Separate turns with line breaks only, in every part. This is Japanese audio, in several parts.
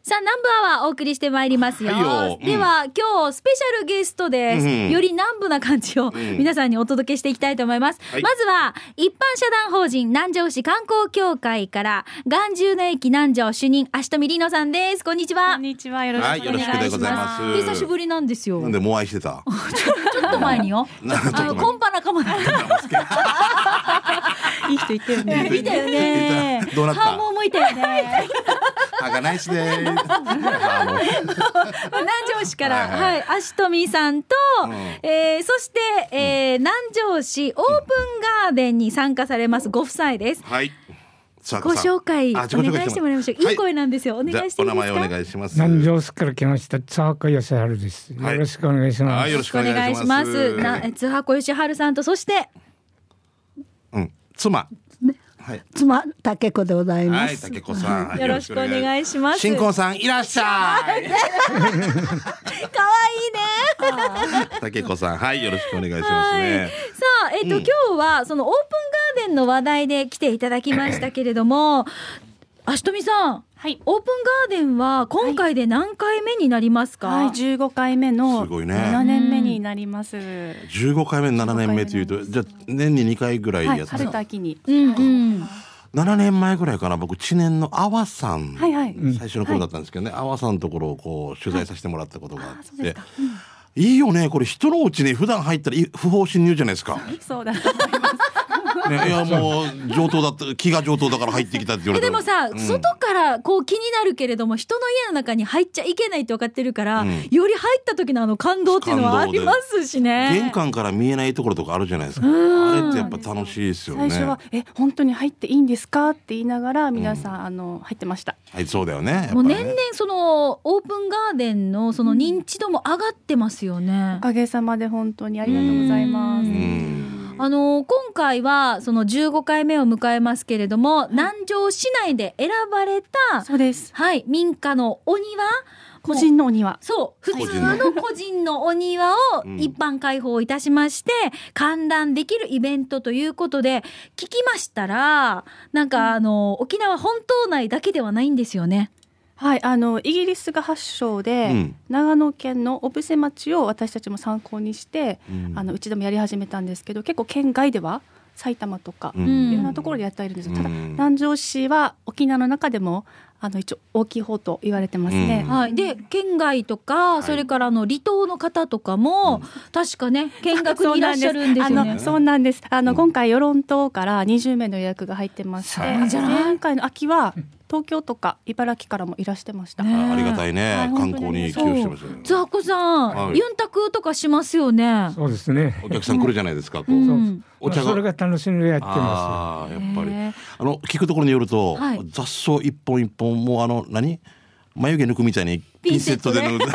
さあ、南部アワーお送りしてまいりますよ。
はいようん
では、今日スペシャルゲストです。
うん
より南部な感じを
ん
皆さんにお届けしていきたいと思います。
はい
まずは、一般社団法人南城市観光協会から、眼中の駅南城主任、足富里乃さんです。こんにちは。
こんにちは。よろしくお
は
願い
い、
し
よろ
ま
し
す。
くでございます。
久しぶりなんですよ。
なんで、もう愛してた。
ちょっと前によ。
なん かちょ
あ
っ
の、
と前に
コンパ仲間 だった。
いい人いたよね。
見たよね
いた。どうなった
ハーモンもいたよね。
はがないしでーす。あもう
南城市から、
はい
は、
はい
足富さんと、
ん
えーそして、えー南城市オープンガーデンに参加されますご夫妻です。
はい。さあ
ご紹介お
あ自己紹
願いしてもらいましょう。
はい
い声なんですよ。お願い
じゃあ
していい
お名前お
ですか。
願いします。
南城市から来ました佐和子義春です。よ
はい
ろしくお願いしま
はい、
す。
よろしくお願いしま
お
す。
願いしな、津波子義春さんと、そして、
うん、妻。はい。
妻竹子でございま
はい、
す。
竹子さんはい。
よろしくお願いします。
新婚さんいらっしゃい。
可愛いね。
竹子さん、はい、よろしくお願いします
はい
ね。
さあ、えっ、と、今日は、そのオープンガーデンの話題で来ていただきましたけれども、足富さん、
はい。
オープンガーデンは今回で何回目になりますか、
はい、十五回目の
すごいね
七年目になります。
十五回目、七年目というと、じゃあ年に二回ぐらい
はい、
やって
春と秋に。
うんうん。
7年前ぐらいかな僕知念の阿波さん、
はいはいうん
最初の頃だったんですけどね、阿波さんのところをこう取材させてもらったことがあ
あー
っ
そう
て、
で
い
すか
いよねこれ人のうちに普段入ったらい不法侵入じゃないですか、
そうだと思います。
ね、いやもう上等だった気が上等だから入ってきたって言わ
え
れて
でもさ、
うん
外からこう気になるけれども、人の家の中に入っちゃいけないって分かってるから、
うん
より入った時のあの感動っていうのはあ
感動
り
で
ますしね。
玄関から見えないところとかあるじゃないですか、あれってやっぱ楽しいですよね
最初は、え、本当に入っていいんですかって言いながら、皆さん、あの、入ってました。
はいそうだよねやっぱ
もう
ね
年々そのオープンガーデンのその認知度も上がってますよね
お。かげさまで、本当にありがとうございま
う
す。
うん
あの今回はその15回目を迎えますけれども、南城市内で選ばれた、
そうです。
はい、民家のお庭
個人のお庭。
そう、普
個人
通
の
の個人のお庭を
うん
一般開放いたしまして、観覧できるイベントということで、聞きましたら、なんかあの、沖縄本島内だけではないんですよね。
はい、あの、イギリスが発祥で、
うん
長野県の小布施町を私たちも参考にして、
うん
あの、うちでもやり始めたんですけど、結構県外では、埼玉とか、
う
うん
ん
いろんなところでやってはいるんですよ。ただ
うん
南城市は沖縄の中でもあの一応大きい方と言われてますね。
うん
はい。で、県外とか、
い
それからあの、離島の方とかも、確かね、見学にいらっしゃるんです
あ
よ
の
ね。
そうなんです。あの、
うん
今回与論島から20名の予約が入ってまして、
すごい
じゃない
前回の秋は東京とか茨城からもいらして ました。
ね
あありがたいね、
はい
観光に寄
そう
与してましたよね
ザーコさん、
はい
ユンタクとかしますよね。
そうですね。
お客さん来るじゃないですかこう、
うん
お
お
茶
茶
が
それが楽しみでやってま
ああやっぱり
へえ
あの聞くところによると、
はい
雑草一本一本もうあの何眉毛抜くみたいにピンセットで抜く、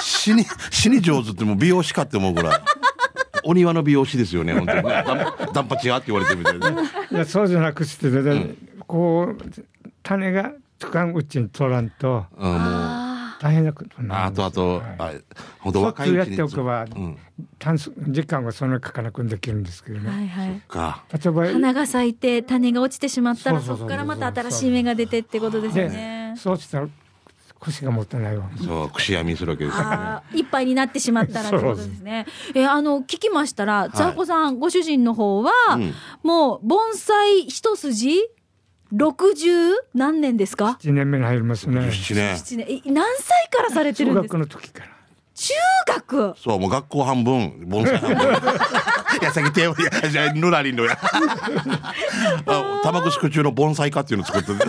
死に死に上手ってもう美容師かって思うぐらいお庭の美容師ですよね本当にねダンダンパチがって言われてるみたいな
す。いやそうじゃなくして、だこう種がつかんうちに取らんと
うんもうあ
あ
大変なことになる
あ
んです
とあと、あほんと
ちょっ
若
と
いう
やっ
ちに
ておけ
う
ば
ん
短縮時間はそんなにかかなくできるんですけど
あ。は
ね。
いはい。
か
例えば
花が咲いて種が落ちてしまったら
そうそ
そう
そ
こ
う
からまた新しい芽が出てってことですよね
で。そうしたら腰が持たないわ。
そう串やみするわけですよね
あーいっぱいになってしまったらってことですね。えーあの聞きましたら、
い
ザーコさんご主人の方は、
うん
もう盆栽一筋六十何年ですか？
1年目に入りますね。
七ね
七年え何歳からされてる
小
んです
学
か？
の時から。
中学。
そうもう学校半分盆栽半 分いや先手をいやじゃあぬらりんのやあタバコ宿中の盆栽家っていうの作って て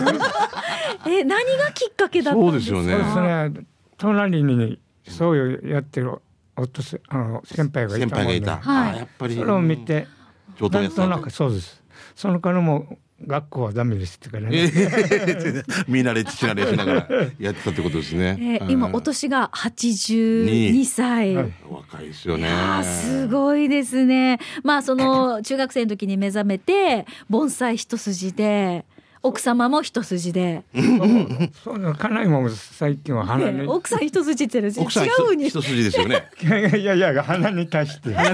えー何がきっかけだったん
そう
で
ですす
か？
よ
そうで
ね
すね。隣にそういうやってる夫せあの先輩がいた
先輩がいた、
もんで
はい
あやっぱり
それを見て、
上等
な
や
ん
つ
と
だ
なくそうです。そのからも学校はダメですってから
え
ね。
ー 見慣れ父慣れしながらやってたってことですね、
えー今お年が八十二
に
歳。
はい
若いですよ
い
ね
やーすごいですね。まあその中学生の時に目覚めて盆栽一筋で奥様も一筋で、
そうなの家内も最近は鼻に、
奥さん一筋ってのは違
奥さん
う
一
に
一筋ですよ ね
いやいや鼻に対して、
可愛い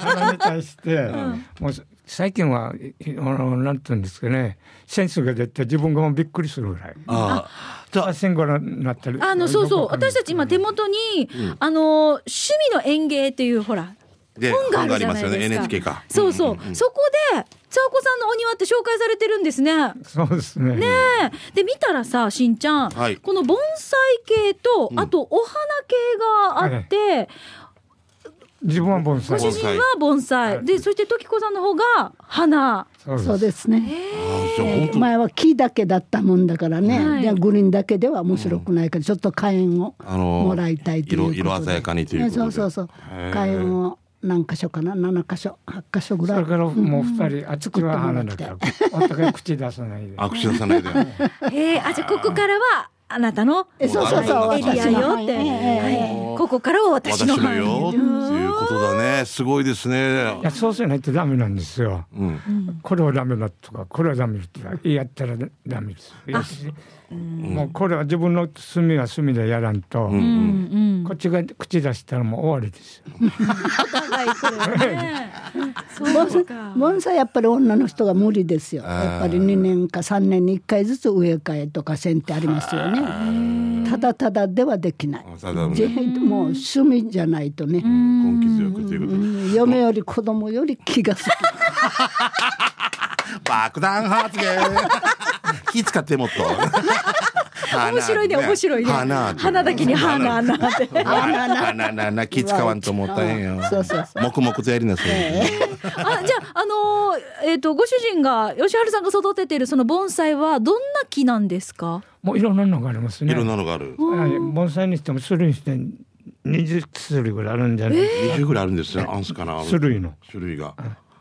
鼻に対して、もう最近は、いあの、なんていうんですかね、センスが出て自分がもうびっくりするぐらい。
ああじゃあ
あ、線がなってる。
あのそうそう私たち今手元に、あの趣味の園芸っていうほら
で
本がある
り
じゃ
ま
ない
す
で
よ
すか
ね NHK か
そうそう,、
んんん
そこでちゃおこさんのお庭って紹介されてるんですね。
そうですね。ね
ねえで見たらさしんちゃん、
はい
この盆栽系と
うん
あとお花系があって、
自分は盆
ご
栽。
主人は盆栽、
はい
でそして時子さんの方が花。
そう
そうですね。
ああじゃあ本当
前は木だけだったもんだから
は
ね、
い
でグリーンだけでは面白くないから、ちょっと火炎を
あのー
もらいたいということで。
色色鮮やかにということで
ねそうそうそう。火炎を何箇所かな、七箇所、八箇所ぐ
そ
らい
れ。からもう二人、あっちは花だから、お互い口出さないで。
握手出さな いで
へえあじゃあここからはあなたの
えそうそうそう、
あ
エリアよって、
ええええ
はい、ここからは私
私
の
のよっていうことだねすごいですね
いや、そうじゃないとダメなんですよ。
うん
これはダメだとか、これはダメだとか、 やったらダメです。いやもうこれは自分の罪は罪でやらんと、
うん
うんうん
こっちが口出したらもう終わりですよ。
はいこれねそうか
盆栽やっぱり女の人が無理ですよ。やっぱり2年か3年に1回ずつ植え替えとか剪定ありますよね。ただただではできない。
さだね
ぜひもう趣味じゃないとね。
根気強くということで
うん嫁より子供より気が好き。
爆弾 発言気使ってもっと
面白いね面白いね
花
花だけに花
花
花で
花花花気使わんと思ったんよ
そうそうそう
黙々とやりなさい
あじゃあ、あのーえっ、と、ご主人が、吉原さんが育ててるその盆栽は、どんな木なんですか。
もういろんなのがありますね。
いろんなのがある
はい盆栽にしても種類にして20種類ぐらいあるんじゃないですか。
20ぐらいあるんですよアンスかな
種類の
種類が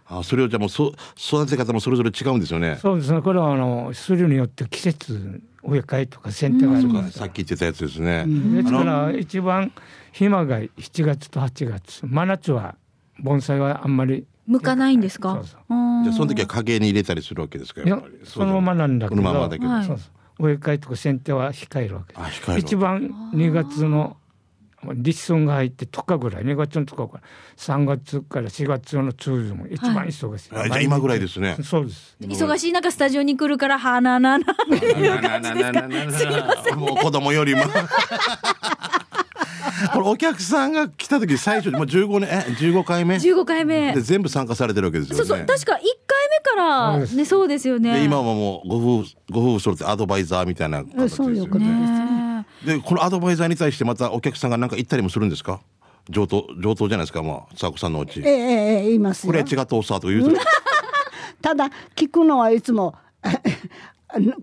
あそれをじゃあもうそ育て方もそれぞれ違うんですよね
そうですね。これはあの種類によって季節植え替えとか剪定があるんです
さ
よ
っ。き言ってたやつですね
ですから一番暇が7月と8月、真夏は盆栽はあんまり
向かないんですか。
そうそう
うん
じゃあその時は影に入れたりするわけですか
い
やっ
や
ぱり
そのままなんだけど、
このままだけど
はい
そうそう植え替えとか剪定は控えるわけ
あ控える
一番2月の立春が入ってとかぐらい2月のとかから3月から4月の中旬も一番忙しい、
あじゃあ今ぐらいですね
そうです
忙しい中、スタジオに来るから、花な な。
ななななななななもう子供よりも。これお客さんが来た時最初にもう15年え15回目
十五回目
で。全部参加されてるわけですよね。
そうそう、確か一回目から、
そうです
ね、そうですよ
で
ね。
今はもうご夫婦ご夫婦それってアドバイザーみたいな形ですよ
そういうこと
ね。
です。
ね
でこのアドバイザーに対してまたお客さんが何か言ったりもするんですか上等上等じゃないですかまあ佐和子さんのうち
え。えええええ言います
こ
よ
れ違っ。たおさとか言うと
ただ聞くのはいつも あの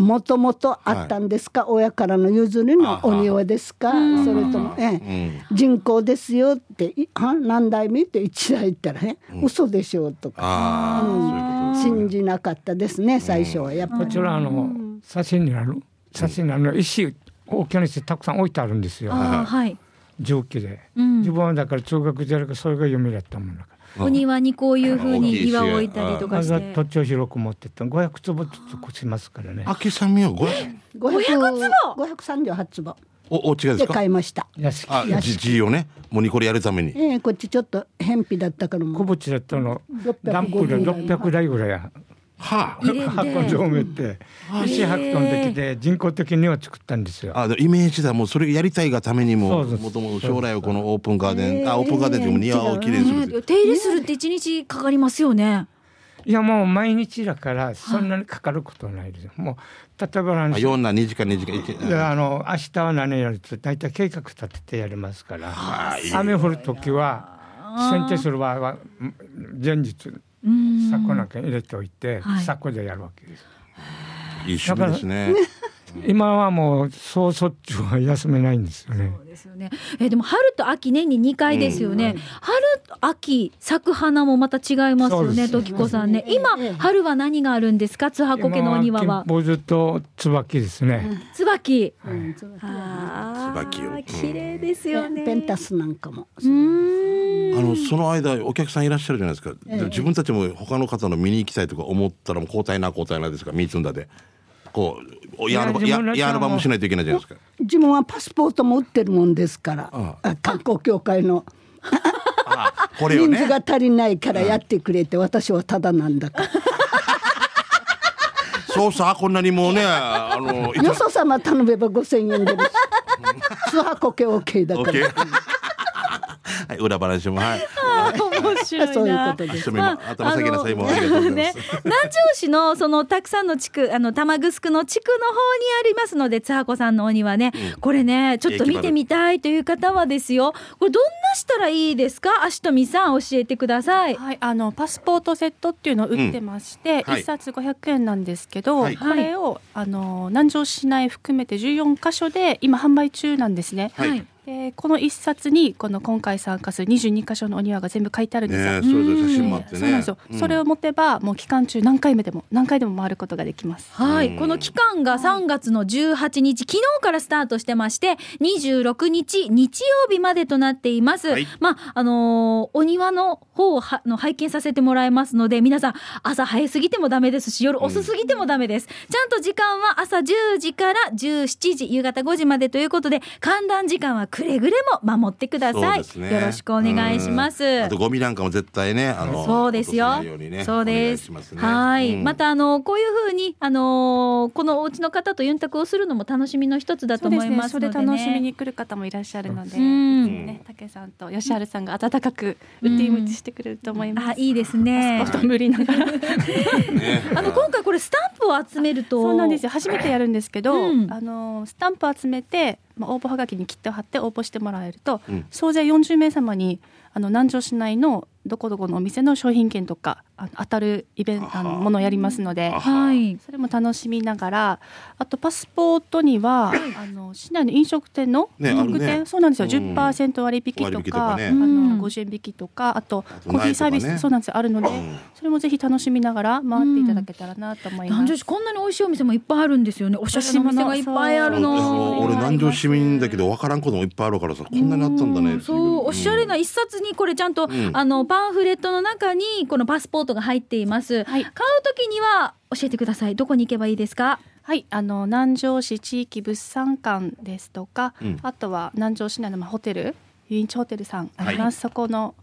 もともとあったんですか、親からの譲りのお庭ですかそれとも、ええ人工ですよっていあ何代目って一代言ったらね、嘘でしょうとか
ああそういうことですね
信じなかったですね最初はやっぱ
こ
り、
ちらあの写真になる写真になるの石大きな石たくさん置いてあるんですよ
あーはい。
上記で、
うん
自分はだから中学時代からそれが夢だったもんだから
お庭にこういう風
大き
に
い石
岩を置いたりとか
ま
し
ずは
て
土。地を広く持ってって500坪ずつしますからね
秋さんみよご
500 538坪
おお違いです
で
か
買いました、
屋敷
あじじいをねもうニコリやるために
ええこっちちょっと偏僻だったからも
小
う
渕だったの
650
ダンプで600台ぐらいや
はあ
入れ
箱
て。
上埋めて石白との時で人工的には作ったんですよ。
あでもイメージだもうそれやりたいがためにも
そうです
もともと将来はこのオープンガーデン、あオープンガーデンでも庭をきれいにする、
ね手入れするって一日かかりますよね。
いやもう毎日だからそんなにかかることはないですよ。もう例えばあ
あ
の
4な2時間2時間
い
1
やあの明日は何やるって大体計画立ててやりますから
いい
雨降る時は剪定する場合は前日
うん。
柵なんか入れておいて
はい
柵でやるわけです。
いい趣味ですね
今はもうそうそっちゅうは休めないんですよね。
そうですよね。えーでも春と秋年に2回ですよね。春と秋咲く花もまた違いますよ
そうで
ね。
すね
時子さんね。今
ええ
春は何があるんですか？津波コケのお庭は。
坊主と椿ですね。
椿。
うんそうだ
ああ。
椿を
綺麗ですよね。
ペンタスなんかも、
うーん。
あのその間お客さんいらっしゃるじゃないですか、で自分たちも他の方の見に行きたいとか思ったらもう交代な交代なですからミーツンダでこうおやるば
いや
や
自分たちは
やるばもしないといけないじゃないですか
自分はパスポートも売ってるもんですから、
あ
あ観光協会の
あこれよ
人
ね
数が足りないからやってくれって私はただなんだから
そうさこんなにもうねあのいつ
よそ様頼めば5,000円出 るしツアーこけ OK だ
オ
か
ッ
ら
ケーはい裏話もはい
面白いな。
そういうことです
ちょっと今頭下げなさいもうありがとうございます
ね、南城市のそのたくさんの地区、あの玉城の地区の方にありますので、津波子さんのお庭ね、これね、ちょっと見てみたいという方はですよ。これどんなしたらいいですか、足とみさん教えてください。
はい、あのパスポートセットっていうのを売ってまして、
うんはい
1冊500円なんですけど、
はい
これをあの南城市内含めて14箇所で今販売中なんですね。
はい
はい
でこの1冊にこの今回参加する22箇所のお庭が全部書いてあるんです
ね
よ。
それぞれ写真もあってね
そうなんですよ、それを持てばもう期間中何回目でも何回でも回ることができます。
はい、この期間が3月の18日、昨日からスタートしてまして、26日日曜日までとなっています。
はい
まあ、あのーお庭の方をはの拝見させてもらいますので、皆さん朝早すぎてもダメですし、夜遅すぎてもダメです。ちゃんと時間は朝10時から17時、夕方5時までということで、観覧時間はくれぐれも守ってくだ
そう
さい。
ですね
よろしくお願いします。
うんあとゴミなんかも絶対ねあの
そうですよ。
落とさないにね
そうです。
お願いしますね
はい、
うん
またあのこういうふうにあのこのお家の方とユンタクをするのも楽しみの一つだと
そうで
思
す
い
ね
ま。す
そ
の
れ
で、
で
ね、
楽しみに来る方もいらっしゃるので、
うん
ね、竹さんと吉春さんが温かくウッディムチしてくれると思います。
あいいですね。
ちょっと無理ながら。
ね
あの今回これスタンプを集めると
そうなんですよ初めてやるんですけど、
うん
あのスタンプ集めて、まあ、応募はがきに切手を貼って応募してもらえると、
うん
総勢40名様にあの南城市内のどこどこのお店の商品券とかあの当たるイベントあの
あは
ものをやりますので
あ。
はい。
それも楽しみながらあとパスポートにはあの市内の飲食店の
ね
特典、
あるね
そうなんですよ、
うん
10%割引
割引
と
とか
か
ね
あ
うん
の50円引きとかあと
と
コーヒーサービス、
ないとかね
そうなんですよあるので、
うん
それもぜひ楽しみながら回っていただけたらなと思います。
南城市こんなに美味しいお店もいっぱいあるんですよね。お写真店がいっぱいある
そうでも
の。
俺南城市民だけど分からんこともいっぱいあるからさこんなにあったんだねってい
そうおしゃれ
う
なん一冊にこれちゃんと、
ん
あのパンフレットの中にこのパスポートが入っています、
は
買
い
うときには教えてくださいどこに行けばいいですか
はい、あの南城市地域物産館ですとか、
うん
あとは南城市内のまあホテル、ユインチホテルさんあります。
はい
そこの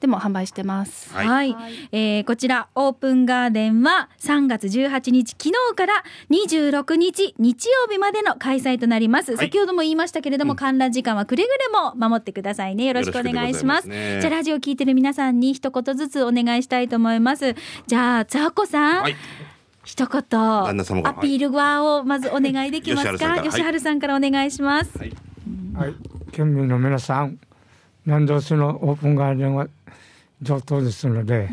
でも販売してます。
は
はいい、
はい
えーこちらオープンガーデンは3月18日昨日から26日日曜日までの開催となります、
い
先ほども言いましたけれども、観覧時間はくれぐれも守ってくださいねよろしくお願いします
よろしくでございますね
じゃあラジオ聞いてる皆さんに一言ずつお願いしたいと思いますじゃあザコさん、
はい
一言
旦那様が
アピール側をまずお願いできます
はい
か
吉
吉
原
原さんからお願いします、
はい
はい、県民の皆さん、南道市のオープンガーデンは上等ですので、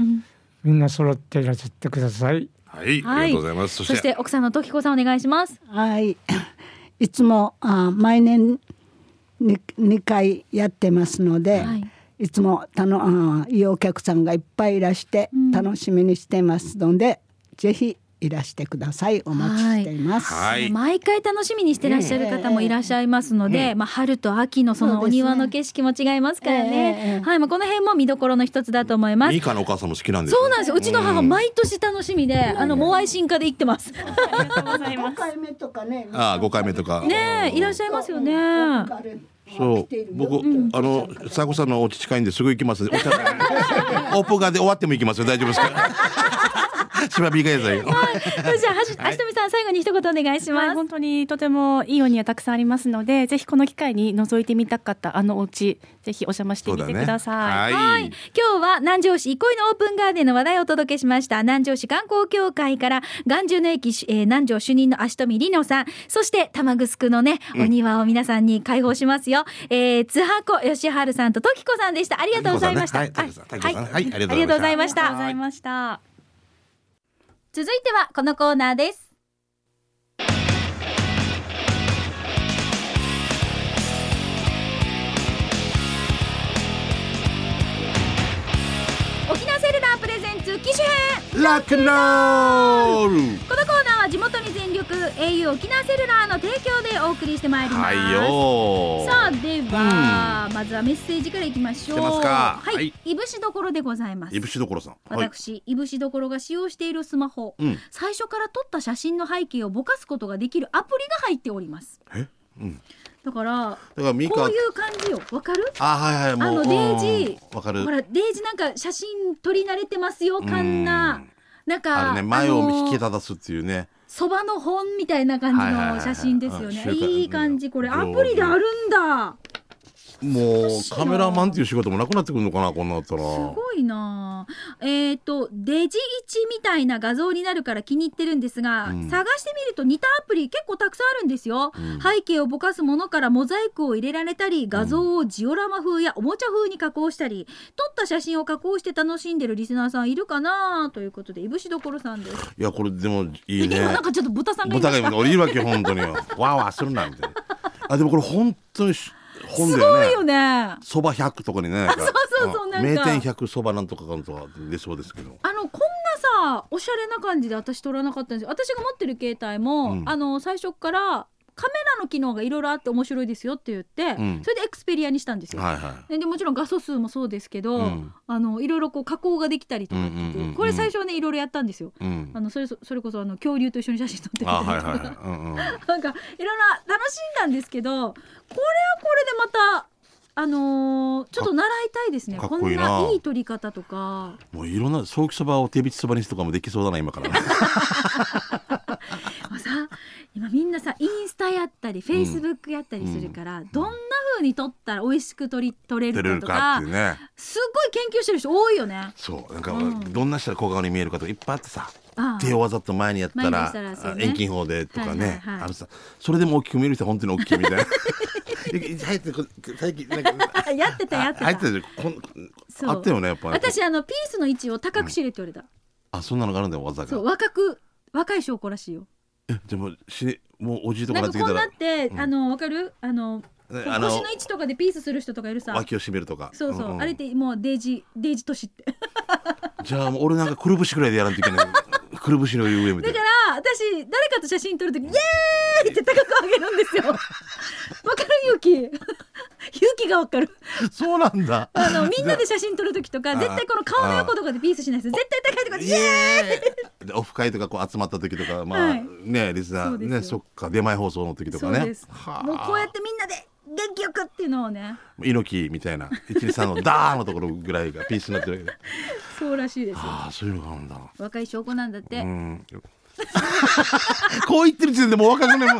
みんな揃っていらっしゃってください。
はい
はい
ありがとうございますそ
そ
し
してて奥さんの時子さんお願いします
はい。いつもあ毎年に2回やってますので、
はい
い、つもたのあいいお客さんがいっぱいいらして楽しみにしてますので、ぜひいらしてください。お待ちしています。
はい
毎回楽しみにしてらっしゃる方もいらっしゃいますので、まあ、春と秋のそのお庭の景色も違いますから
えええ
ね
え
はいまあ、この辺も見どころの一つだと思います
ミカのお母さんも好きなんですよ
そうなんですようちの母毎年楽しみで、あのモアイ進化で行ってます
ありがとうござい
5
ます。
回目とかね。
ああ5回目とか
ねえいらっしゃいますよね
そう僕あの佐古さんのお家近いんですぐ行きますね お茶オープンガーで終わっても行きますよ大丈夫ですか 芝ビーガイさ
はいそ れじゃあはしあしとみさん最後に一言お願いし
はい、
ます
本当にとてもいいお庭たくさんありますので、ぜひこの機会に覗いてみたかったあのお家、ぜひお邪魔してみてください。
は
はいい。
今日は南城市憩いのオープンガーデンの話題をお届けしました。南城市観光協会から、眼中の駅、えー南城主任の足富里乃さん、そして玉城のね、お庭を皆さんに開放しますよ。えー、津波子吉春さんと時子さんでした。ありがとうございました。
はい時子さんねはい
あ
はい
あ
あ
り
り
が
が
と
と
う
う
ご
ご
ざ
ざ
い
い
ま
ま
し
ありがとう
た。
ございました。
続いてはこのコーナーです。沖縄セルラープレゼンツ機種編
いラックンロール
このコーナーは地元に全力 au 沖縄セルラーの提供でお送りしてまいります、
はいよ
さあでは、まずはメッセージからいきましょう
来てますか
はい、
はい
いぶしどころでございます
いぶしどころさんはい
私、いぶしどころが使用しているスマホ、
うん
最初から撮った写真の背景をぼかすことができるアプリが入っております
え
だから
だからミカ
こういう感じよわかる
あはいはい
あ
もう
のデイジ
うん
ー
わかる
ほらデイジーなんか写真撮り慣れてますよカンナなんか
あれね前を引き
あの
立たすっていうね
そばの本みたいな感じ
はいはいはいは
の
い
写真ですよね
うん
いい感じこれ
上
ア
手
プリであるんだ
もう
しいな
カメラマンっていう仕事もなくなってくるのかなこんなんだったら
すごいなあえっ、とデジイチみたいな画像になるから気に入ってるんですが、
うん
探してみると似たアプリ結構たくさんあるんですよ、
うん
背景をぼかすものからモザイクを入れられたり画像をジオラマ風やおもちゃ風に加工したり撮った写真を加工して楽しんでるリスナーさんいるかなということでいぶしどころさんです、
いやこれでもいいね
今なんかちょっと豚さんがい
ボ
まし
タがいる
た
の俺いるわけよ本当によわーわーするなみたいなあでもこれ本当にし本
す
だよね
ごいよね
そば100とかにねなんか
そうそうそうなんか
名店100そばなんとかかんとか出そうですけど
あのこんなさおしゃれな感じで私撮らなかったんですよ私が持ってる携帯も、
うん
あの最初からカメラの機能がいろいろあって面白いですよって言って、
うん
それでエクスペリアにしたんですよ、
はいはい
ででもちろん画素数もそうですけど、
うん
あのいろいろこう加工ができたりとかって言って
うんうんうんうん
これ最初はねいろいろやったんですよ
うん
あのそれそそれこそあの恐竜と一緒に写真撮ってみ
あ
たりとか、
はいはいはいうんうん
なんかいろんな楽しんだんですけどこれはこれでまたあのーちょっと習いたいですね
かっこいいな
こんないい撮り方とか
もういろんなソーキそばを手びちそばにすとかもできそうだな 今からね
もうさ今みんなさインスタやったりフェイスブックやったりするから、どんな風に撮ったら美味しく撮り撮れ
出れ
る
る
かと
か
か
っていうね
すっごい研究してる人多いよね。
そうなんか
うん
どんな人が小顔に見えるかとかいっぱいあってさ
ああ
手をわざと前にやった
前にやっ
ら
たらそうね
遠近法でとかね
はいはいはい
あのさそれでも大きく見える人は本当に大きいみた いな入ってこ最近なんか
あやってたやって。
入ったてたこん
そう
あったよねやっぱり
私あのピースの位置を高く知れって言われた。
あそんなのがあるんだよ技
そう
が
若く若い証拠らしいよ。
えでもしねもうおじいとか
な
なっ
ん
て
か
き
こ
た
うなっ
ら
て、
ん
あのわかるあの
ね
こう
あの
腰の位置とかでピースする人とかいるさ。
脇を締めるとか
そうそう、
んん
あれってもうデイジデイジ年って。
じゃあもう俺なんかくるぶしぐらいでやらんといけないくるぶしの上みた
だ
い
か
な
ら私誰かと写真撮るときイエーイって高く上げるん ですよ。わかる勇 気。勇気がわかる。
そうなんだ
あのみんなで写真撮るときとか
あー
絶対この顔の横とかでピースしないですよ。絶対高いとこでイエーイ。
でオフ会とかこう集まった時とかまあ、
はい
ねリスナ
そ
ー
うですよ
ねそっか出前放送の時と
そ
か
うで
ね
す。
はあ
もうこうやってみんなで元気よくっていうのをね、
猪木みたいな123のダーのところぐらいがピースになってる
そうらしいですよ。
ああそういうのがあるんだ
若い証拠なんだって。
うん こう言ってる時点でもう若くないも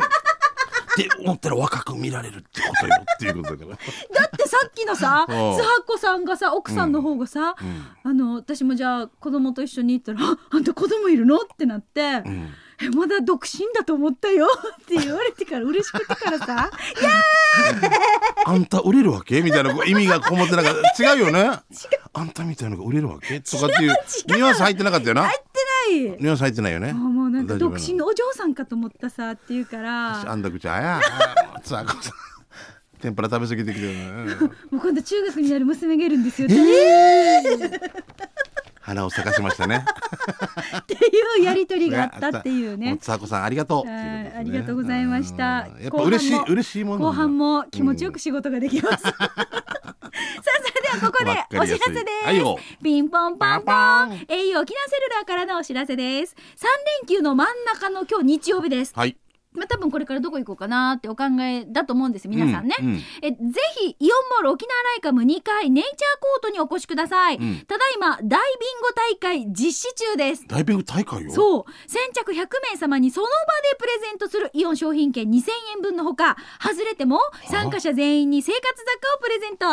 んって思ったら若く見られるってことよっていうことだから
だってさっきのさ
う
津
ん
波子さんがさ奥さんの方がさ、あの私もじゃあ子供と一緒に行ったらあ「あんた子供いるの?」ってなって、
ん
え「まだ独身だと思ったよ」って言われてから嬉しくてからさ
あんた売れるわけみたいなこう意味がこもってなかった違うよねあんたみたいなのが売れるわけとかっていうニュアンス入ってなかったよな
入ってない
ニュアンス入ってないよね
あもうなんか
大丈夫
独身のお嬢さんかと思ったさっていうか
あ
ら
んだくちゃんや。つあこさん。天ぷら食べ過ぎてきてるね。
もう今度中学になる娘がいるんですよって
え花を咲かしましたね。
っていうやりとりがあったっていう
も
ね。
つあこさんありがとう。
はいありがとうございました
うんやっぱ嬉しい
後半も
嬉しいもんだ
後半も気持ちよく仕事ができます。さあ、それではここ
わか
でお
り
知
や
ら
す
せ
い
です。
はいよ
ピンポンパンポ
パン
ン。au 沖縄セルラーからのお知らせです。三連休の真ん中の今日日曜日です。
はい。
まあ、多分これからどこ行こうかなってお考えだと思うんです皆さんね、
うんうん
えぜひイオンモール沖縄ライカム2階ネイチャーコートにお越しください、
ん
ただいまダイビング大会実施中です
ダイビング大会よ。
そう先着100名様にその場でプレゼントするイオン商品券2000円分のほか外れても参加者全員に生活雑貨をプレゼント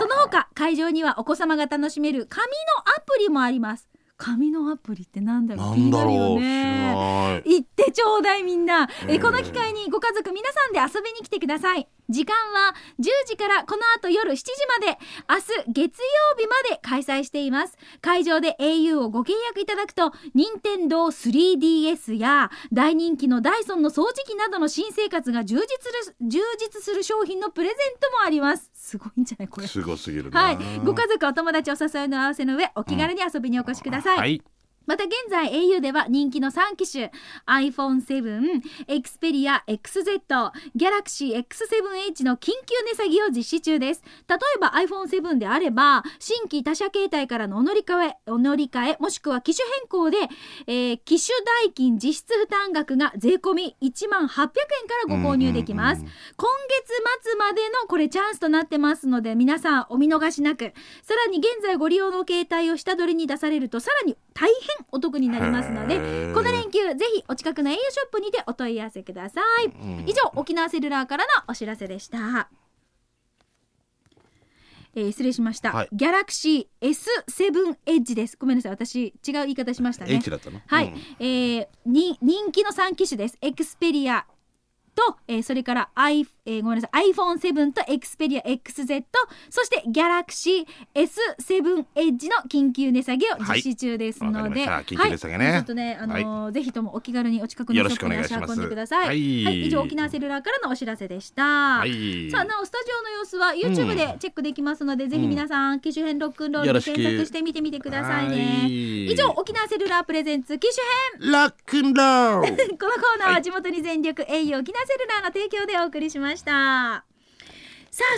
その他会場にはお子様が楽しめる紙のアプリもあります紙のアプリってなんだろう
な
気
ん
に
だ
なる
ろ
よ
う。知ら
ね
ない。
行ってちょうだいみんな、えこの機会にご家族皆さんで遊びに来てください時間は10時からこの後夜7時まで明日月曜日まで開催しています会場で au をご契約いただくと任天堂 3DS や大人気のダイソンの掃除機などの新生活が充実する充実する商品のプレゼントもありますすごいんじゃないこれ
すごすぎるな。
はいご家族お友達お誘いの合わせの上お気軽に遊びにお越しください、
はい。
ままた現在 au では人気の3機種 iPhone7、Xperia XZ、Galaxy X7H の緊急値下げを実施中です。例えば iPhone7 であれば、新規他社携帯からのお乗り換え、お乗り換え、もしくは機種変更で、えー機種代金実質負担額が税込み1万800円からご購入できます。今月末までのこれチャンスとなってますので、皆さんお見逃しなく、さらに現在ご利用の携帯を下取りに出されると、さらに大変お得になりますの
へ
で、
ー
この連休、ぜひお近くの au ショップにてお問い合わせください。以上、沖縄セルラーからのお知らせでした。えー失礼しました、
はい
ギャラクシー S7 エッジですごめんなさい私違う言い方しましたね
H だったの
はい、
うん
えーに人気の3機種ですエクスペリアと、えーそれから I、えーごめんなさい iPhone7 と Xperia XZ そして Galaxy S7 Edge の緊急値下げを実施中ですので、
はいわかりました緊急値下げね
はいちょっとね、あのーぜひともお気軽にお近くのシ
よ
ョ
ろ
ッ
しく
プ
お
に
願い
足
し
を
ます
運んでください
はい
以上沖縄セルラーからのお知らせでした、
はい
さあなおスタジオの様子は YouTube でチェックできますので、ぜひ皆さん機種編ロックンロールで
よろしく
検索して見てみてくださいね
はい
以上沖縄セルラープレゼンツ機種編
ラックンロール
このコーナーは地元に全力、栄誉沖縄セルラーの提供でお送りしましたさ あ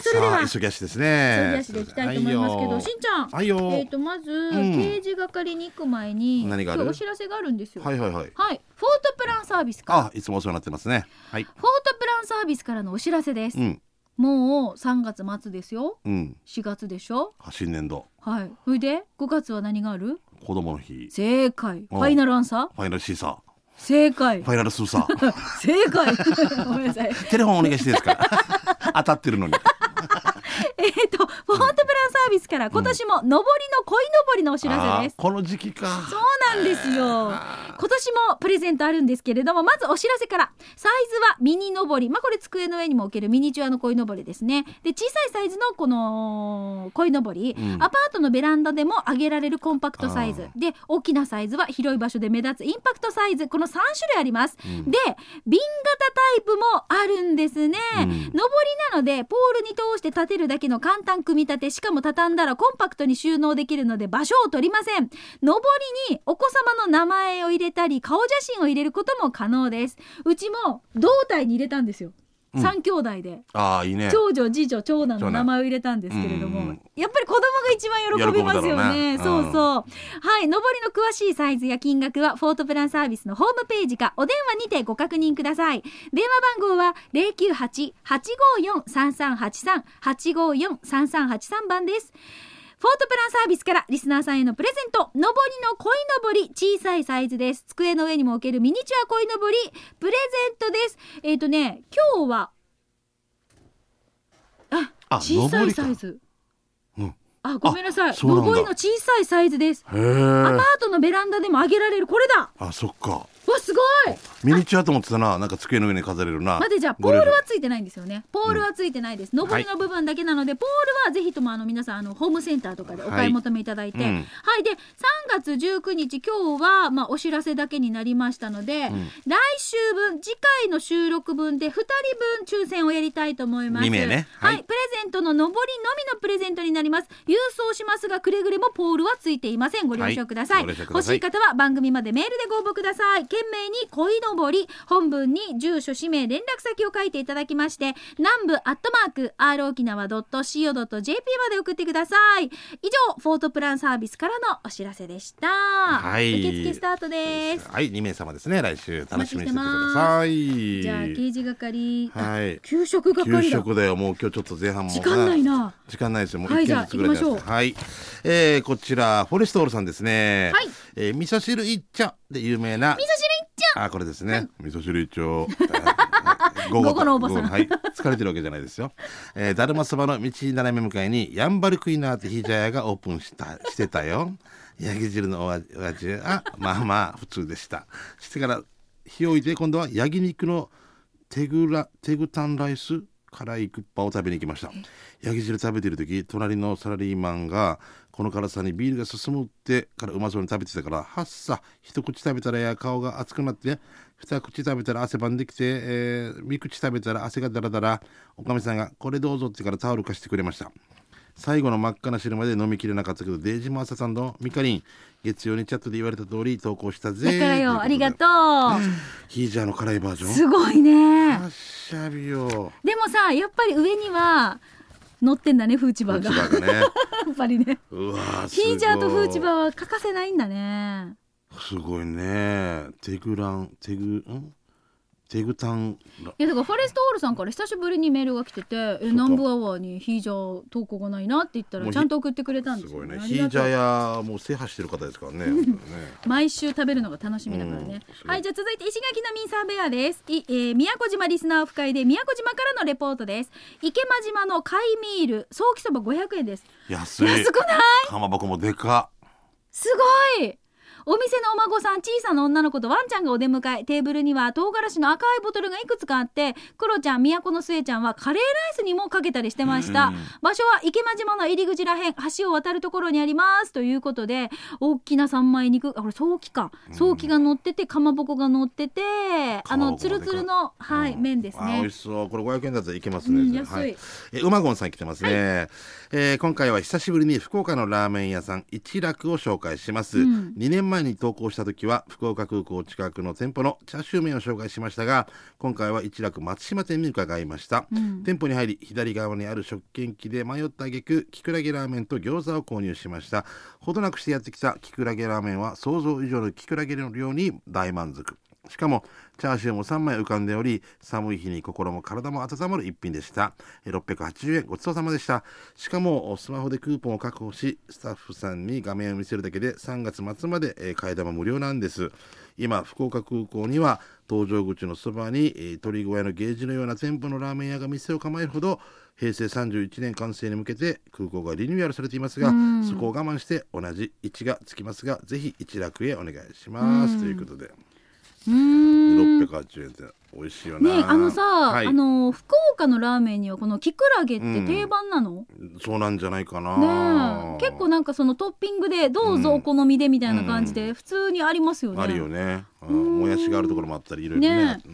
それで
さ
は
あ急ぎ足ですね
急ぎ足でいきたいと思いますけど
はよ
しんちゃん
はいよ
えー、とまず、
ん
刑事係に行く前に
何がある
今日お知らせがあるんですよ
はいはいは
は
い
い、フォートプランサービスから
あいつもお世話になってますねはい
フォートプランサービスからのお知らせです、
うん
もう3月末ですよ
うん
4月でしょ
新年度
はいそれで5月は何がある
子供の日
正解フ
うん
ァイナルアンサー
ファイナルシーサ
正解
ーファイナルスーサー
正解 ごめんなさい
テレフォンお願いしていい ですか当たってるのに
えっとフォートプランサービスから今年も上りの鯉のぼりのお知らせです
あーこの時期か
そうなんですよ。今年もプレゼントあるんですけれども、まずお知らせから。サイズはミニのぼり。まあ、これ机の上にも置けるミニチュアの鯉のぼりですね。で、小さいサイズのこの鯉のぼり、
うん
アパートのベランダでも上げられるコンパクトサイズ
あ。
で、大きなサイズは広い場所で目立つインパクトサイズ。この3種類あります。で、瓶型タイプもあるんですね。
う
上
ん
りなので、ポールに通して立てるだけの簡単組み立て、しかも畳んだらコンパクトに収納できるので場所を取りません。上りにお子様の名前を入れたり、顔写真を入れることも可能です。うちも胴体に入れたんですよ。
ん
三兄弟で。
ああいいね
長女、次女、長男
長
の
男
名前を入れたんですけれど
うんう
も
ん、
やっぱり子供が一番喜びます
喜ぶだ
よ
ろう
ね。
ね
そうそう。はい。上りの詳しいサイズや金額は、フォートプランサービスのホームページか、お電話にてご確認ください。電話番号は、098-854-3383、854-3383番です。フォートプランサービスからリスナーさんへのプレゼント。上りの鯉のぼり、小さいサイズです。机の上にも置けるミニチュア鯉のぼり、プレゼントです。えっ、とね、今日は、あ、
あ
小さいサイ
登
ズ。
うん
あ、ごめんなさい。
あそうなんだ
上りの小さいサイズです。
へ
アパー
え
トのベランダでも上げられる。これだ
あそっか
わ、すごい
ミニチュアと思ってたななんか机の上に飾れるな
待ってじゃあポ
ゴリ
ー
ラ
ルはついてないんですよねポールはついてないです、上りの部分だけなので、ポールはぜひともあの皆さんあのホームセンターとかでお買い求めいただいては、
はいいうん
で3月19日今日はまあお知らせだけになりましたので、来週分次回の収録分で2人分抽選をやりたいと思います
二名ね
はい、
はい
プレゼントの上りのみのプレゼントになります郵送しますがくれぐれもポールはついていませんご了承ください,、
はいご了承く
欲
だ
し
さい
い方は番組までメールでご応募ください。懸命に恋のぼり、本文に住所、氏名、連絡先を書いていただきまして、南部アットマーク、r 沖縄 .co.jp まで送ってください。以上、フォートプランサービスからのお知らせでした。
い
受付スタートです。
はい二名様ですね来週
お待
楽
ち
し
し
み
て
にしててく
ます
ださい
じゃあ、刑事係、あ
はい
給食係だ。
給食だよもう今日ちょっと前半も
時間ないな
は時間ないですよもう
はい
1
じゃあ
件ずつぐらいじゃないですかはい、えー、こちらフォレストオールさんですね
はい
えー味噌汁一丁で有名な
味噌汁いっちゃう
あこれですね、味噌汁一 丁はい午
午後のおばさん
午後はい疲れてるわけじゃないですよ、えー、だるまそばの道斜め向かいにやんばるクイナーってヒジャヤがオープンしたしてたよ焼き汁のお味お味はまあまあ普通でしたしてから火を置いて今度は焼肉のテグラテグタンライス辛いクッパを食べに行きました焼き汁食べてる時隣のサラリーマンがこの辛さにビールが進むってからうまそうに食べてたから「はっさ一口食べたらや顔が熱くなって二口食べたら汗ばんできて、えー三口食べたら汗がダラダラおかみさんが「これどうぞ」ってからタオル貸してくれました最後の真っ赤な汁まで飲みきれなかったけどデイジマーサさんのミカリン月曜にチャットで言われた通り投稿したぜ
だからよ、ありが
う
と
ヒージャーの辛いバージ
う。
ョン
すごいね。
あっしゃびよ
でもさ、やっぱり上には乗ってんだね、フーチバーが。
こち
や
らがね
っぱりね。
うわ ーす
ヒ
ごい
ージャーとフーチバーは欠かせないんだね。
すごいねテグランテグんテグタンラ
いやだからフォレストオールさんから久しぶりにメールが来てて「え南部アワーにヒージャー投稿がないな」って言った
もう
ら
ひ
ちゃんと送ってくれたんですすよ
ごいね
あ
ヒ
りが
ージャ
とう
ーやもう制覇してる方ですからね本当にね
毎週食べるのが楽しみだからね
うん、すごい
はいじゃあ続いて石垣のミンサーベアですい、えー、宮古島リスナーオフ会で宮古島からのレポートです池間島の貝ミール早期そば500円です
安い
安くない
かまぼこもでか
すごいお店のお孫さん小さな女の子とワンちゃんがお出迎えテーブルには唐辛子の赤いボトルがいくつかあってクロちゃん都の末ちゃんはカレーライスにもかけたりしてました、
うん
場所は池間島の入り口らへん橋を渡るところにありますということで大きな三枚肉あこれ早期か早期が乗っててかまぼこが乗っててあ
かま
の
ぼこが
つるつるの、はい、
うん
麺です
あー美
ね
味しそうこれ500円だったらいけます
う
ね、
ん安い
はい、えーうまごんさん来てますね、えー今回は久しぶりに福岡のラーメン屋さん一楽を紹介します、
うん
2年前に投稿した時は福岡空港近くの店舗のチャーシュー麺を紹介しましたが今回は一楽松島店に伺いました、
うん
店舗に入り左側にある食券機で迷った挙句きくらげラーメンと餃子を購入しましたほどなくしてやってきたきくらげラーメンは想像以上のきくらげの量に大満足しかもチャーシューも3枚浮かんでおり寒い日に心も体も温まる一品でしたえー680円ごちそうさまでしたしかもおスマホでクーポンを確保しスタッフさんに画面を見せるだけで3月末までえー替え玉無料なんです今福岡空港には搭乗口のそばにえー鳥小屋のゲージのような店舗のラーメン屋が店を構えるほど平成31年完成に向けて空港がリニューアルされていますが
うん
そこを我慢して同じ1がつきますがぜひ一楽へお願いしますということで
うーん
680円って美味しいよな
ねえあのさ、
はい
あの福岡のラーメンにはこのきくらげって定番なの、
そうなんじゃないかな
ねえ結構なんかそのトッピングでどうぞ
うん
お好みでみたいな感じ
う
で普通にありますよね。
あるよね、うん
うん
もやしがあるところもあったりいろいろね
ねはいじ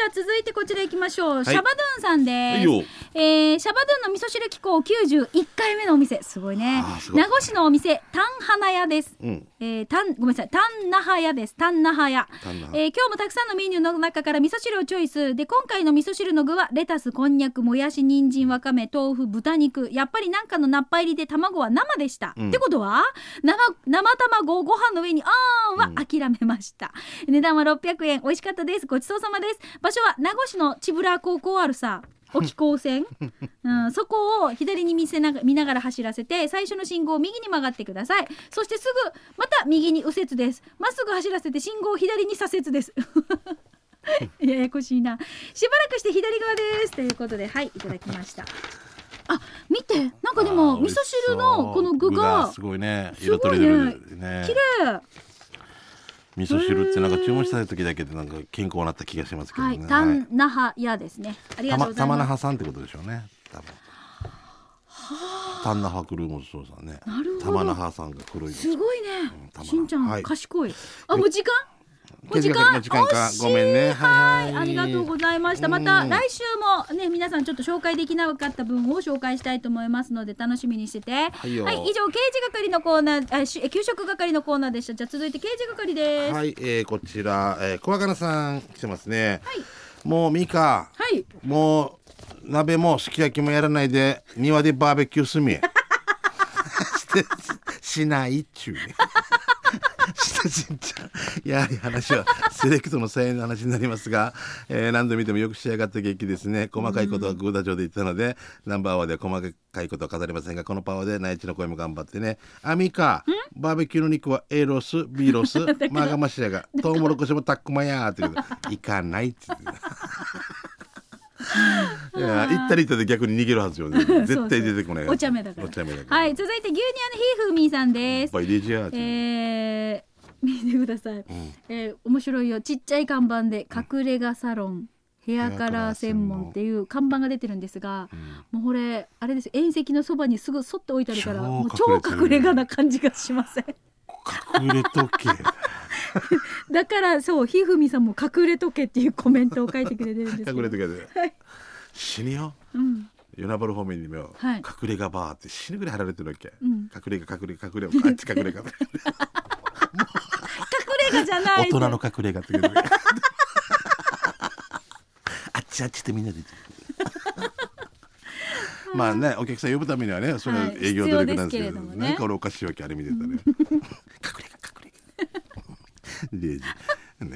ゃあ続いてこちら行きましょう、シャバドゥンさん
うん、
で
いい
す、
よ
えーシャバドゥンの味噌汁機構91回目のお店すごいね
あーすごい
名護市のお店タン花屋です
うん
えー、タンごめんなさいタンナハ屋ですタンナハ屋
丹那
えー今日もたくさんのメニューの中から味噌汁をチョイスで今回の味噌汁の具はレタスこんにゃくもやし人参わかめ豆腐豚肉やっぱりなんかのナッパ入りで卵は生でした、
うん
ってことは生生卵をご飯の上にあーんは諦めました、値段は600円美味しかったですごちそうさまです場所は名護市の千ブラ高校ある さ沖高専、うん、そこを左に見せなが見ながら走らせて最初の信号を右に曲がってくださいそしてすぐまた右に右折ですまっすぐ走らせて信号を左に左折です ややこしいなしばらくして左側ですということではいいただきましたあ見てなんかで
あ
も
ー
味噌汁のこの具が
すごいね
す
色
ご
と
い
り
ね
どりでね
綺麗
味噌汁ってなんか注文した時だけでなんか健康になった気がしますけど
は
ね、
い丹那覇屋ですねありが
た
とう
ま
ござい
玉那
ます
覇さんってことでしょうね多分丹那覇クルーモスそうさんね
なるほど
玉那覇さんが黒い
すごいね
うん玉那覇
しんちゃん、
はい
賢いあもう時間もう時間
時間
惜
か
しい
ごめんねはい、
はい、ありがとうございました。ま
う
た
ん
来週もね、皆さんちょっと紹介できなかった分を紹介したいと思いますので、楽しみにしてて。はい
よ
以上、刑事係のコーナー、あし給食係のコーナーでした。じゃあ続いて刑事係です。はい。
はい、えー、こちら、えー、小若菜さん来てますね、もうミカもう鍋もすき焼きもやらないで庭でバーベキューすみしてしないっちゅうね したしんちゃんやはり話はセレクトの再演の話になりますが、えー何度見てもよく仕上がった劇ですね細かいことはグーダ上で言ったので、ナンバーワンでは細かいことは語りませんがこのパワーで内地の声も頑張ってねアミカバーベキューの肉は A ロス B ロスマガマシラがトウモロコシもタックマヤーって言うけど行かないっ つって。いや行ったり行ったで逆に逃げるは ずよね絶対出てこない
お茶目だから
お茶目だから
はいい、続いて牛乳のひーふーみんさんです。
バイデジャーっていう
えー、見てください。えー面白いよ。ちっちゃい看板で、隠れ家サロン、ヘアカラー専門っていう看板が出てるんですが、もうこれ、あれですよ。遠石のそばにすぐそっと置いてあるから、もう
超
超隠
隠れてる
れ家な感じがしません。
隠れと け
だからそうひふみさんも隠れとけっていうコメントを書いてくれてるんですけど
隠れとけで、死によ
うん、
与那原方面にも、
はい
隠れ家バーって死ぬぐらい貼られてるわけ、
ん
隠れ家隠れ家隠れ家あっち隠れ家
隠れ家じゃない
大人の隠れ家って 言うのあっちあっちってみんなで言ってるまあねお客さん呼ぶためにはねそれは営業努力なんですけ
はい必
ど,、
要ですけれどもね
なんか俺おかしいわけあれ見てたね隠れ家隠れ家0時、ね、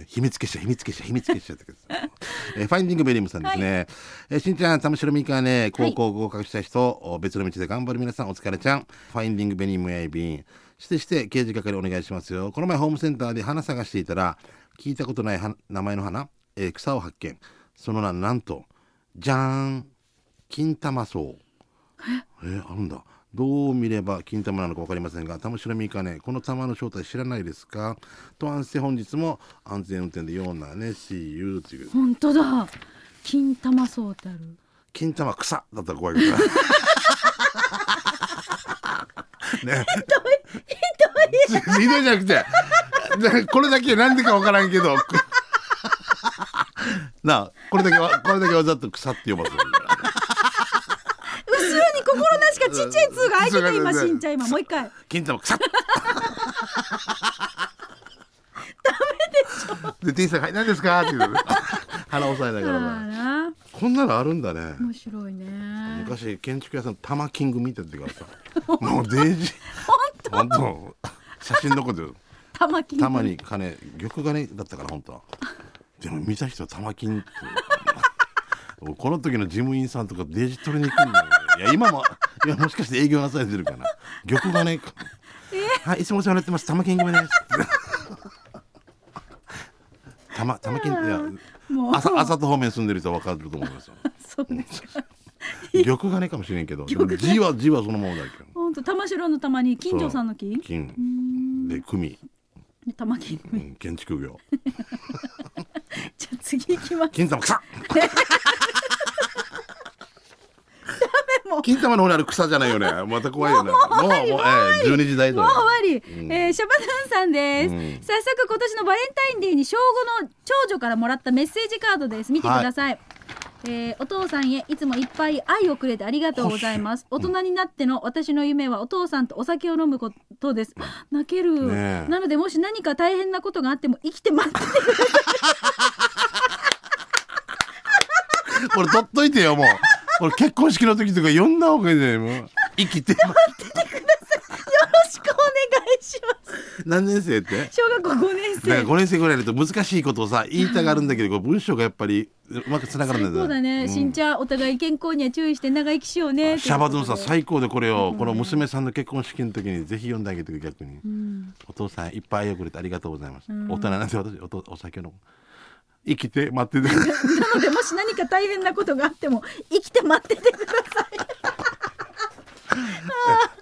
秘密結社秘密結社秘密結社って言ってたえーファインディングベリムさんですね、えーしんちゃん玉城美香はね高校合格した人、お別の道で頑張る皆さんお疲れちゃんファインディングベリムやいびんしてして刑事係お願いしますよこの前ホームセンターで花探していたら聞いたことない花名前の花、えー草を発見その名なんとじゃーん金玉草えーあるんだどう見れば金玉なのか分かりませんが玉城美香ねこの玉の正体知らないですかと安静本日も安全運転でようなね See you という
本当だ金玉草ってある
金玉草だったら怖いけどな ねひど いひどいじゃなくてねこれだけなんでか分からんけど なあこれだけわこれだけわざと草って呼ばせる
後ろに心なしかちっちゃい通が開いてた今しんちゃん今もう一回
金玉草ダメでしょで T さんが「はい何ですか?」って言うの鼻押さえながらお前
あら
こんなのあるんだね
面白いね
昔建築屋さん玉キング見ててからさもうデイジー本当本当写真残ってる
玉金
たまに金玉金だったから本当はでも見た人は玉金って俺この時の事務員さんとかデージ取りに行くんだよいや今もいやもしかして営業なされてるかな玉金かはいいつもお世話になってます玉金組です玉玉金いや
もう
朝朝と方面住んでる人は分かると思いますよ
そうです
玉金かもしれんけどでも字は字はそのままだけど
本当玉城の玉に金城さんの金
金で組、
で玉金
うん、建築業
じゃあ次行き ます
金玉草
もう
金玉の方にある草じゃないよねまた怖いよねもうもうええ12時台だ
もう
よ
終わり、えーシャバドゥンさんです、
うん
早速今年のバレンタインデーに小5の長女からもらったメッセージカードです見てください、えーお父さんへいつもいっぱい愛をくれてありがとうございます大人になっての私の夢はお父さんとお酒を飲むことです泣ける、
ねえ
なのでもし何か大変なことがあっても生きて待ってて
これ取っといてよもう俺結婚式の時とか呼んだ方がいいねもう生 きて
よろしくお願いします
何年生って
小学校5年
だから
生
5年生ぐらいだと難しいことをさ言いたがる んだけどこう文章がやっぱりうまくつながらないん
そうだね、しんちゃんお互い健康には注意して長生きしようね
シャバドゥン
と
さ
い
ん
うことで
最高でこれを、この娘さんの結婚式の時にぜひ読んであげてくれ逆に、お父さんいっぱい愛をくれてありがとうございます、大人なんで私おとお酒飲む生きて待ってて
なのでもし何か大変なことがあっても生きて待っててください。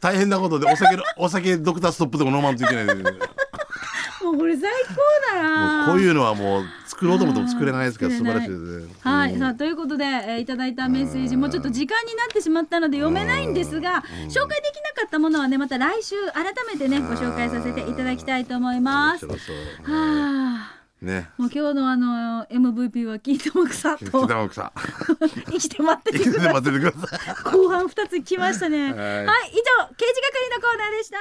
大変なことでお酒のお酒ドクターストップとか飲まんとい けない、ね、もう
もうこれ最高だな。
こういうのはもう作ろうと思っても作れないですから
あー
素
作
晴
れない
らしいですね
はい、さあということで、えーいただいたメッセージもうちょっと時間になってしまったので読めないんですが紹介できなかったものはねまた来週改めてねご紹介させていただきたいと思います。は
面白そう
あ、
ね
もう今日のあの MVP は金玉草
生き
と
てた草
生きて待って
生
て
き
く
て
ださい。
待っててください
後半二つ来ましたね。はい、以上刑事係のコーナーでした。